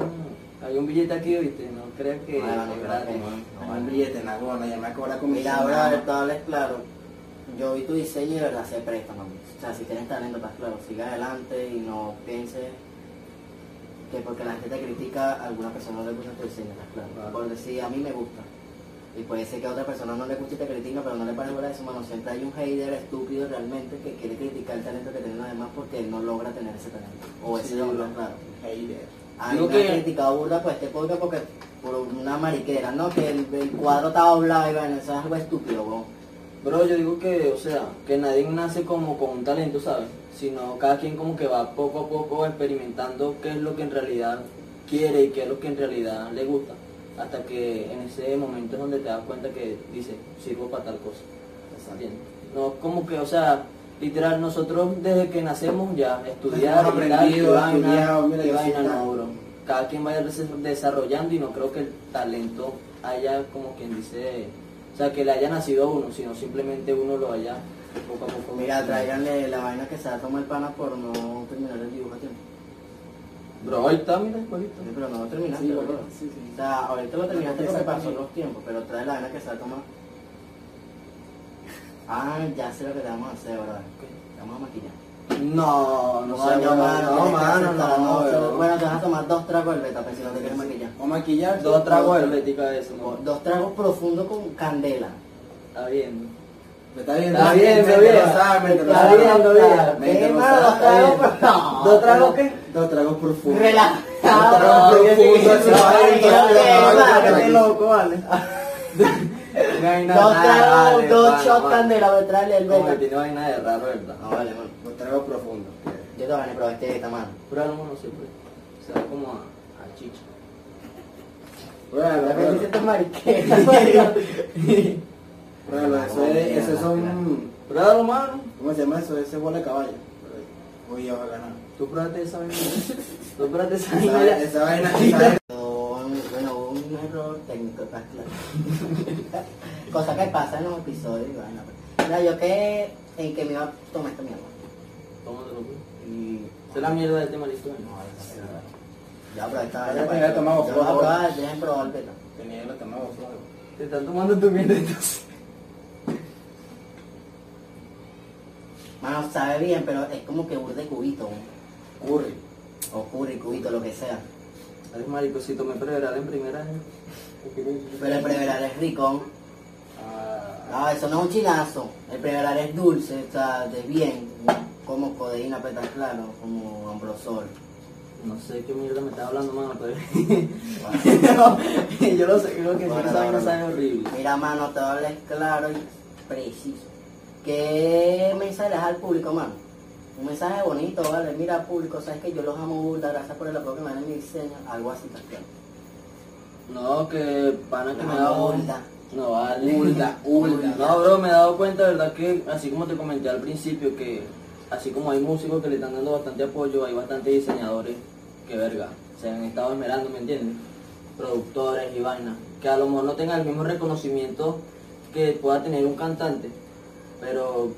S3: hay un billete aquí, viste, no creas que
S1: No, no, no,
S3: es
S1: no,
S3: gratis.
S1: no, no,
S2: el
S1: no.
S2: billete, la gola, ya me cobra con
S1: Mira, ahora tú hablas claro. Yo vi tu diseño y de verdad se presta, mami. O sea, si tienes talento, estás claro. Sigue adelante y no pienses que porque la gente te critica, a alguna persona no le gusta tu diseño, estás claro.
S3: Claro.
S1: Por decir, a mí me gusta. Y puede ser que a otra persona no le guste y te critica, pero no le pares bola de su mano. Siempre hay un hater estúpido realmente que quiere criticar el talento que tienen los demás porque él no logra tener ese talento. O ese
S3: Sí,
S1: don, pues,
S3: bro.
S1: claro.
S2: Hater.
S1: A mí
S3: Digo
S1: me
S3: que-
S1: han criticado Ah, burda por este podcast porque por una mariquera, ¿no? Que el, el cuadro estaba doblado y bueno, eso es algo estúpido, bro.
S3: Bro, yo digo que, o sea, que nadie nace como con un talento, ¿sabes? Sino cada quien como que va poco a poco experimentando qué es lo que en realidad quiere y qué es lo que en realidad le gusta. Hasta que en ese momento es donde te das cuenta que dices, sirvo para tal cosa. ¿entiendes? No, como que, o sea, literal, nosotros desde que nacemos ya estudiar,
S2: Hemos
S3: y tal,
S2: aprendido,
S3: y vaina,
S2: estudiado, mira,
S3: y
S2: yo
S3: vaina,
S2: sí,
S3: no,
S2: tal.
S3: bro. Cada quien vaya des- desarrollando y no creo que el talento haya, como quien dice, o sea, que le haya nacido a uno, sino simplemente uno lo haya poco a poco.
S1: Mira, tráiganle la vaina que se ha tomado el pana por no terminar el dibujo a tiempo.
S3: Bro, ahí está, mira, igualito.
S1: Sí, Pero no lo terminaste,
S2: Sí,
S1: boludo.
S2: boludo, sí, sí.
S1: O sea, ahorita lo terminaste porque
S2: Exactamente.
S1: pasó los tiempos, pero trae la vaina que se ha tomado. Ah, ya sé lo que te vamos a hacer, ¿verdad? Te vamos a maquillar.
S3: No, no, sé,
S1: yo,
S3: bro,
S1: mano,
S3: no,
S1: tienes que
S3: mano,
S1: aceptar,
S3: no,
S1: se-
S3: bro.
S1: Bueno, te vas a tomar dos tragos del beta, pero si no te quieres maquillar.
S2: O maquillar.
S3: Dos tragos de atlética de eso,
S1: Como
S3: ¿no?
S1: Dos tragos profundos con candela.
S3: Está bien.
S2: Está bien,
S3: Está bien, está bien. Está bien,
S2: Dos
S3: está bien.
S2: Me
S1: ¿Qué,
S2: interesa,
S1: mano? Dos
S2: está
S1: tragos,
S2: bien.
S1: pero-
S3: ¿Dos tragos qué?
S2: Dos tragos profundos.
S1: Relajado.
S2: Dos tragos
S3: Ay,
S2: profundos, chaval,
S1: Dios, qué
S2: chaval,
S1: mal.
S2: qué loco, vale.
S3: Dos
S1: Dos tragos, dos shots candela, pero traerle el
S3: Como que
S1: beta.
S3: tiene vaina de raro, ¿verdad?
S1: No, vale, mano.
S2: Dos tragos profundos.
S1: Yo te van a probar este de esta mano.
S3: Pero no, no se puede. Se da como a, a chicha.
S2: Bueno,
S1: La
S2: bueno.
S1: que dice tu mariquera, marico.
S2: Bueno, eso es, eso es un...
S3: Pruébalo, mano.
S2: ¿Cómo se llama eso? Ese bola de caballo. Uy, ojalá no.
S3: Tú pruébate esa vaina. Tú pruébate esa
S2: Esa,
S3: vaina.
S2: esa vaina, esa vaina.
S1: Un- Bueno, un error técnico, está claro. Cosa que pasa en los episodios. y vaina, pues. Mira, yo que en que me iba a tomar esta mierda.
S3: Tómatelo, pues.
S1: Y
S3: Esa es la mierda de este malito. ¿eh?
S1: No, esa era. Ya, pero esta
S2: Ya te había
S1: Ya
S2: tomado, por
S1: la
S2: favor.
S1: probaba, ya he probado el beta.
S2: Tenía la tomado flojo.
S3: Te están tomando tu mierda entonces.
S1: Mano, sabe bien, pero es como que burde cubito, ¿no?
S2: Curry.
S1: o curry, cubito, lo que sea.
S3: Eres marico, si tomé preveral en primer año.
S1: Pero el preveral es rico.
S2: Ah,
S1: Ah, eso no es un chinazo. El preveral es dulce, está de bien, como codeína, pero está claro, como ambrosol.
S3: No sé qué mierda me estás hablando, mano, pero... No, yo lo sé, creo que si
S2: Bueno,
S3: no saben, no
S2: bueno.
S3: saben horrible.
S1: Mira, mano, te hables claro y preciso. ¿Qué mensaje le das al público, mano? Un mensaje bonito, ¿vale? Mira, público, sabes que yo los amo burda, gracias por el apoyo que me dan en mi diseño. Algo así también.
S3: No, que pana que me da
S1: Burda.
S3: No, vale.
S2: Ulda, ulda.
S3: No, bro, me he dado cuenta, verdad, que así como te comenté al principio, que así como hay músicos que le están dando bastante apoyo, hay bastantes diseñadores que, verga, se han estado esmerando, ¿me entiendes? Productores y vainas. Que a lo mejor no tengan el mismo reconocimiento que pueda tener un cantante, pero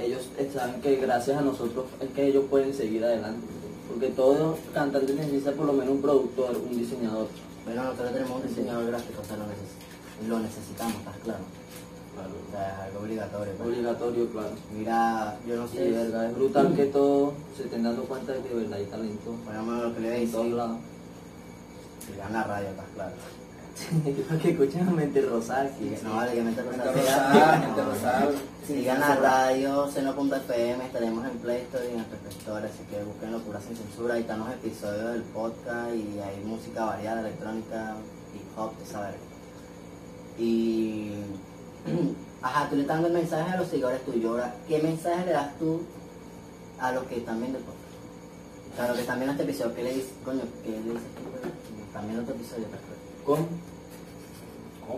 S3: ellos saben que gracias a nosotros es que ellos pueden seguir adelante. Porque todo cantante necesita por lo menos un productor, un diseñador.
S1: Pero nosotros tenemos un diseñador gráfico, o sea, lo, neces- lo necesitamos, ¿estás claro? O sea, es algo obligatorio. pues.
S3: Obligatorio, claro.
S1: Mira, yo no
S3: Sí,
S1: sé,
S3: verga, es brutal que todos se estén dando cuenta de que de verdad hay talento
S1: Bueno, mano, lo que le voy a
S3: en todos
S1: decir,
S3: lados.
S1: si gana la radio, ¿estás claro?
S3: Lo que escuchan a Mente Rosada
S1: Sí,
S3: aquí.
S1: no vale que me
S2: Mente rosada, mente rosada.
S1: Sigan la radio, seno.fm, estaremos en Play Store y en el reflector, así que busquen Locura Sin Censura, ahí están los episodios del podcast y hay música variada, electrónica, hip hop, de saber. Y... Ajá, tú le estás dando el mensaje a los seguidores tuyos, ahora, ¿qué mensaje le das tú a los que están viendo el podcast? O sea, a los que están viendo este episodio, ¿qué le dices, coño, qué le dices tú? pues? Están viendo este episodio, perfecto.
S3: ¿Cómo?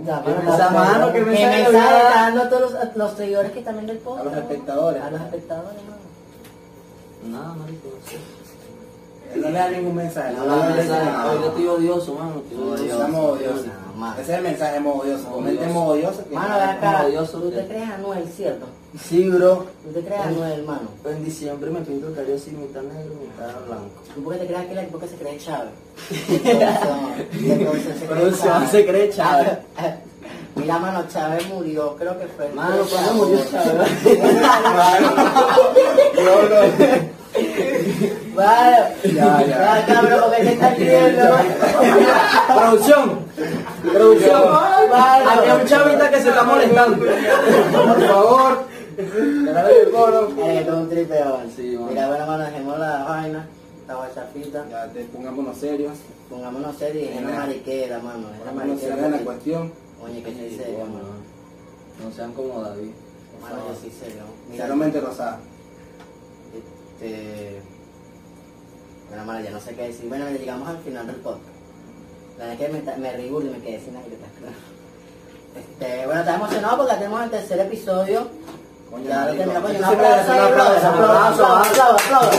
S1: Ya,
S3: ¿Qué
S1: mano,
S3: mensaje,
S1: ¿qué
S3: mano? ¿Qué mensaje le voy
S1: le
S3: a dar?
S1: está dando a todos los, los seguidores que también del podcast?
S2: A los espectadores.
S1: A los espectadores, mano.
S3: Nada, marico, no sé.
S2: Él no le da ningún mensaje. "Ah,
S3: No,
S2: no le da
S3: no, no,
S2: ningún mensaje.
S3: Hoy yo estoy odioso, mano. Estoy odioso.
S2: Estamos odiosos.
S1: No, mano.
S2: Ese es el mensaje odioso. Comente
S3: Odioso.
S2: odioso.
S1: Mano, ven acá.
S3: odioso,
S1: ¿Tú te
S3: ¿qué?
S1: crees a Anuel, cierto?
S3: Sí, bro.
S1: ¿Tú te crees a Anuel, mano?
S3: En diciembre me pinto el cabello así, mitad negro, mitad blanco.
S1: ¿Tú por qué te crees a Aquila y por qué se cree Chávez? Entonces, se cree
S3: Producción
S1: Chávez.
S3: se cree Chávez.
S1: Mira, mano, Chávez murió, creo que fue. el
S3: Mano,
S1: tres de
S3: ¿cuándo murió
S1: agosto.
S3: Chávez?
S1: Vale.
S2: Ya, ya.
S1: Vale, cabrón, porque te estás riendo.
S3: Producción. Producción. Había un chavita que se está molestando. Por favor.
S1: Eh, todo un tripeo.
S3: Sí, mano.
S1: Mira, bueno, mano, dejemos la vaina, la guachafita.
S2: Ya, te pongámonos serios.
S1: Pongámonos serios, es una
S2: Mira.
S1: mariquera, mano. Es una
S2: Pongámonos
S1: mariquera.
S2: serios en la
S1: porque-
S2: cuestión.
S1: Oye, que soy
S3: Sí,
S1: serio,
S3: bueno,
S1: mano.
S3: No sean como David.
S1: Mano, yo soy serio. Mira,
S2: Cero mente rosada.
S1: este... Bueno, mano, ya no sé qué decir. Bueno, mira, llegamos al final del podcast. La verdad es que me, ta- me reí burdo y me quedé sin aire. Este, bueno, estamos emocionados porque ya tenemos el tercer episodio.
S2: Coño,
S1: Ya lo
S2: marico.
S1: terminamos. Oye, Un
S2: Eso sí merece
S1: aplauso, ahí, brother.
S2: un aplauso,
S1: Aplauso,
S2: ¿vale?
S1: aplauso, aplauso.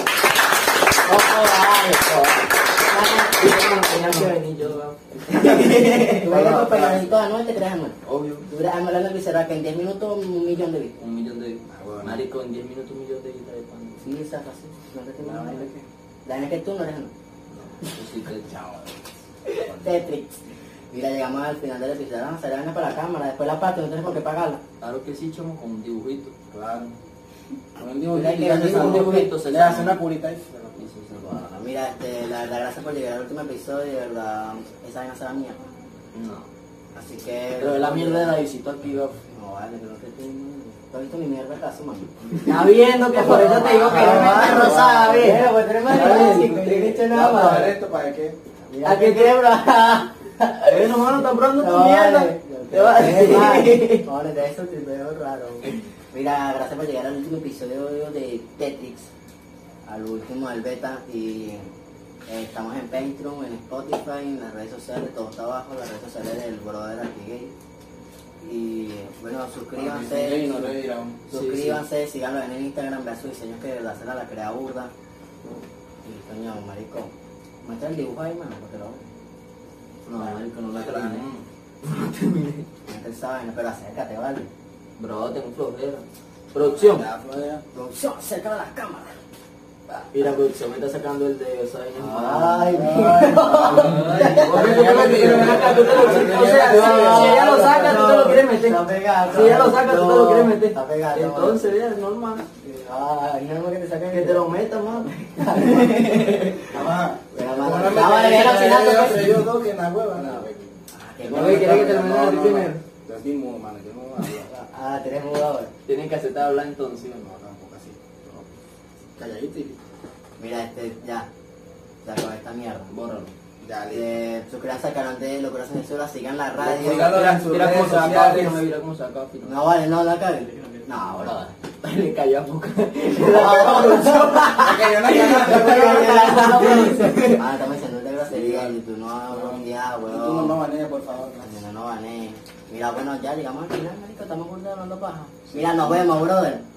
S1: Tenía que venir yo, weón. Tú eres
S2: Aplauso.
S1: compañerito de Anuel, te crees Anuel.
S3: Obvio.
S1: Tú eres Anuel Anuel Becerra, que en 10 minutos un millón de vistas.
S3: Un millón de.
S2: Ah, bueno.
S3: Marico, en 10 minutos un millón de guitarras de pan.
S1: Sí, esa es así. No te tengo
S2: La
S3: Ah,
S1: nada.
S2: vaina es
S1: La verdad es que tú no eres Anuel.
S3: No, yo sí te-
S2: Chao.
S1: Tetris. Mira, llegamos al final del episodio. Vamos a hacer para la cámara. Después la parte, no tienes por qué pagarla.
S3: Claro que sí, chamo, con un dibujito.
S2: Claro. Con el
S1: Mira que
S2: dibujito,
S1: hace
S2: con
S1: un
S2: un
S3: dibujito,
S2: dibujito,
S3: se
S2: le
S3: llama.
S2: hace una curita y se lo
S3: Y eso se lo hago.
S1: Bueno, mira, este, la verdad, gracias por llegar al último episodio. De verdad, esa vaina se va mía.
S3: No.
S1: Así que.
S3: Pero es la mierda de la visita aquí, va.
S1: No, vale, pero que tú. ¿Tú has visto mi mierda acaso, mano?
S3: Está viendo que por eso te digo que no
S2: Ah,
S3: me rosada,
S2: vale.
S3: ve.
S1: Pero, pues, tú eres más básico, yo no he dicho nada,
S2: Ya, para ver
S1: mano.
S2: esto, ¿para qué?
S1: Mira, ¿A qué quiebra?
S3: Eh, no, mano, están probando
S1: No,
S3: tu mierda.
S1: vale.
S3: Te va a
S1: Vale. Vale, de eso te veo raro. Mira, gracias por llegar al último episodio de Tetris, al último del beta y eh, estamos en Patreon, en Spotify, en las redes sociales, todo está abajo, las redes sociales del brother aquí gay. Y bueno,
S2: Sí, no
S1: suscríbanse,
S2: le dirán.
S1: suscríbanse, síganlo en el Instagram, vean sus diseños que de verdad se la, la crea burda. Y coño, marico, muestra el dibujo ahí, mano, porque lo
S3: No, marico, no la terminé.
S1: Mete esa vaina, pero acércate, vale.
S3: Bro, tengo flojera. Producción.
S2: Ya, Florida.
S1: Producción, cerca de las cámaras.
S3: Mira, producción, me está sacando el de esa vaina.
S1: Ay,
S3: O sea, si- si ella lo saca, tú te lo quieres meter.
S1: Está pegado.
S3: Si ella lo saca, tú te lo quieres meter.
S1: Está pegado.
S3: Entonces, ya, es normal.
S1: Ay, no es que te saquen
S3: Que te lo metas, mano.
S2: Ajá.
S1: Pero,
S2: Como
S1: mano,
S2: no me
S1: ya vale,
S2: quería
S1: ya lo
S2: hacer
S1: final,
S2: video,
S1: pues.
S2: soy yo dos que en la hueva. No, güey.
S1: Ah, qué
S3: No,
S1: bueno.
S3: güey, ¿quieres que termine
S2: No,
S3: a ti
S2: no, no.
S3: primero?
S2: Yo estoy mudo, mano, yo no voy a hablar.
S1: Ah, tenés jugador.
S3: Tienen que aceptar hablar entonces.
S2: No, tampoco así. No. Calladito y-
S1: Mira, este, ya. se acabó esta mierda, bórralo.
S2: Dale.
S1: Eh, suscríbanse al canal de Locuras en el Sur, sigan la radio.
S2: Sígalo.
S3: Mira, mira cómo se va acá,
S2: redes
S3: fino, mira cómo se va acá, fino.
S1: No vale, no la caguen. No, bro.
S3: Le cayó a poco.
S2: Que yo no
S1: Ah, estamos haciendo una grosería en YouTube, no, bro, un día,
S2: No, no,
S1: weón.
S2: manera, por favor. gracias.
S1: No, no, gané. Mira, bueno, ya llegamos al final, marico, estamos juntos hablando paja. Mira, nos vemos, brother.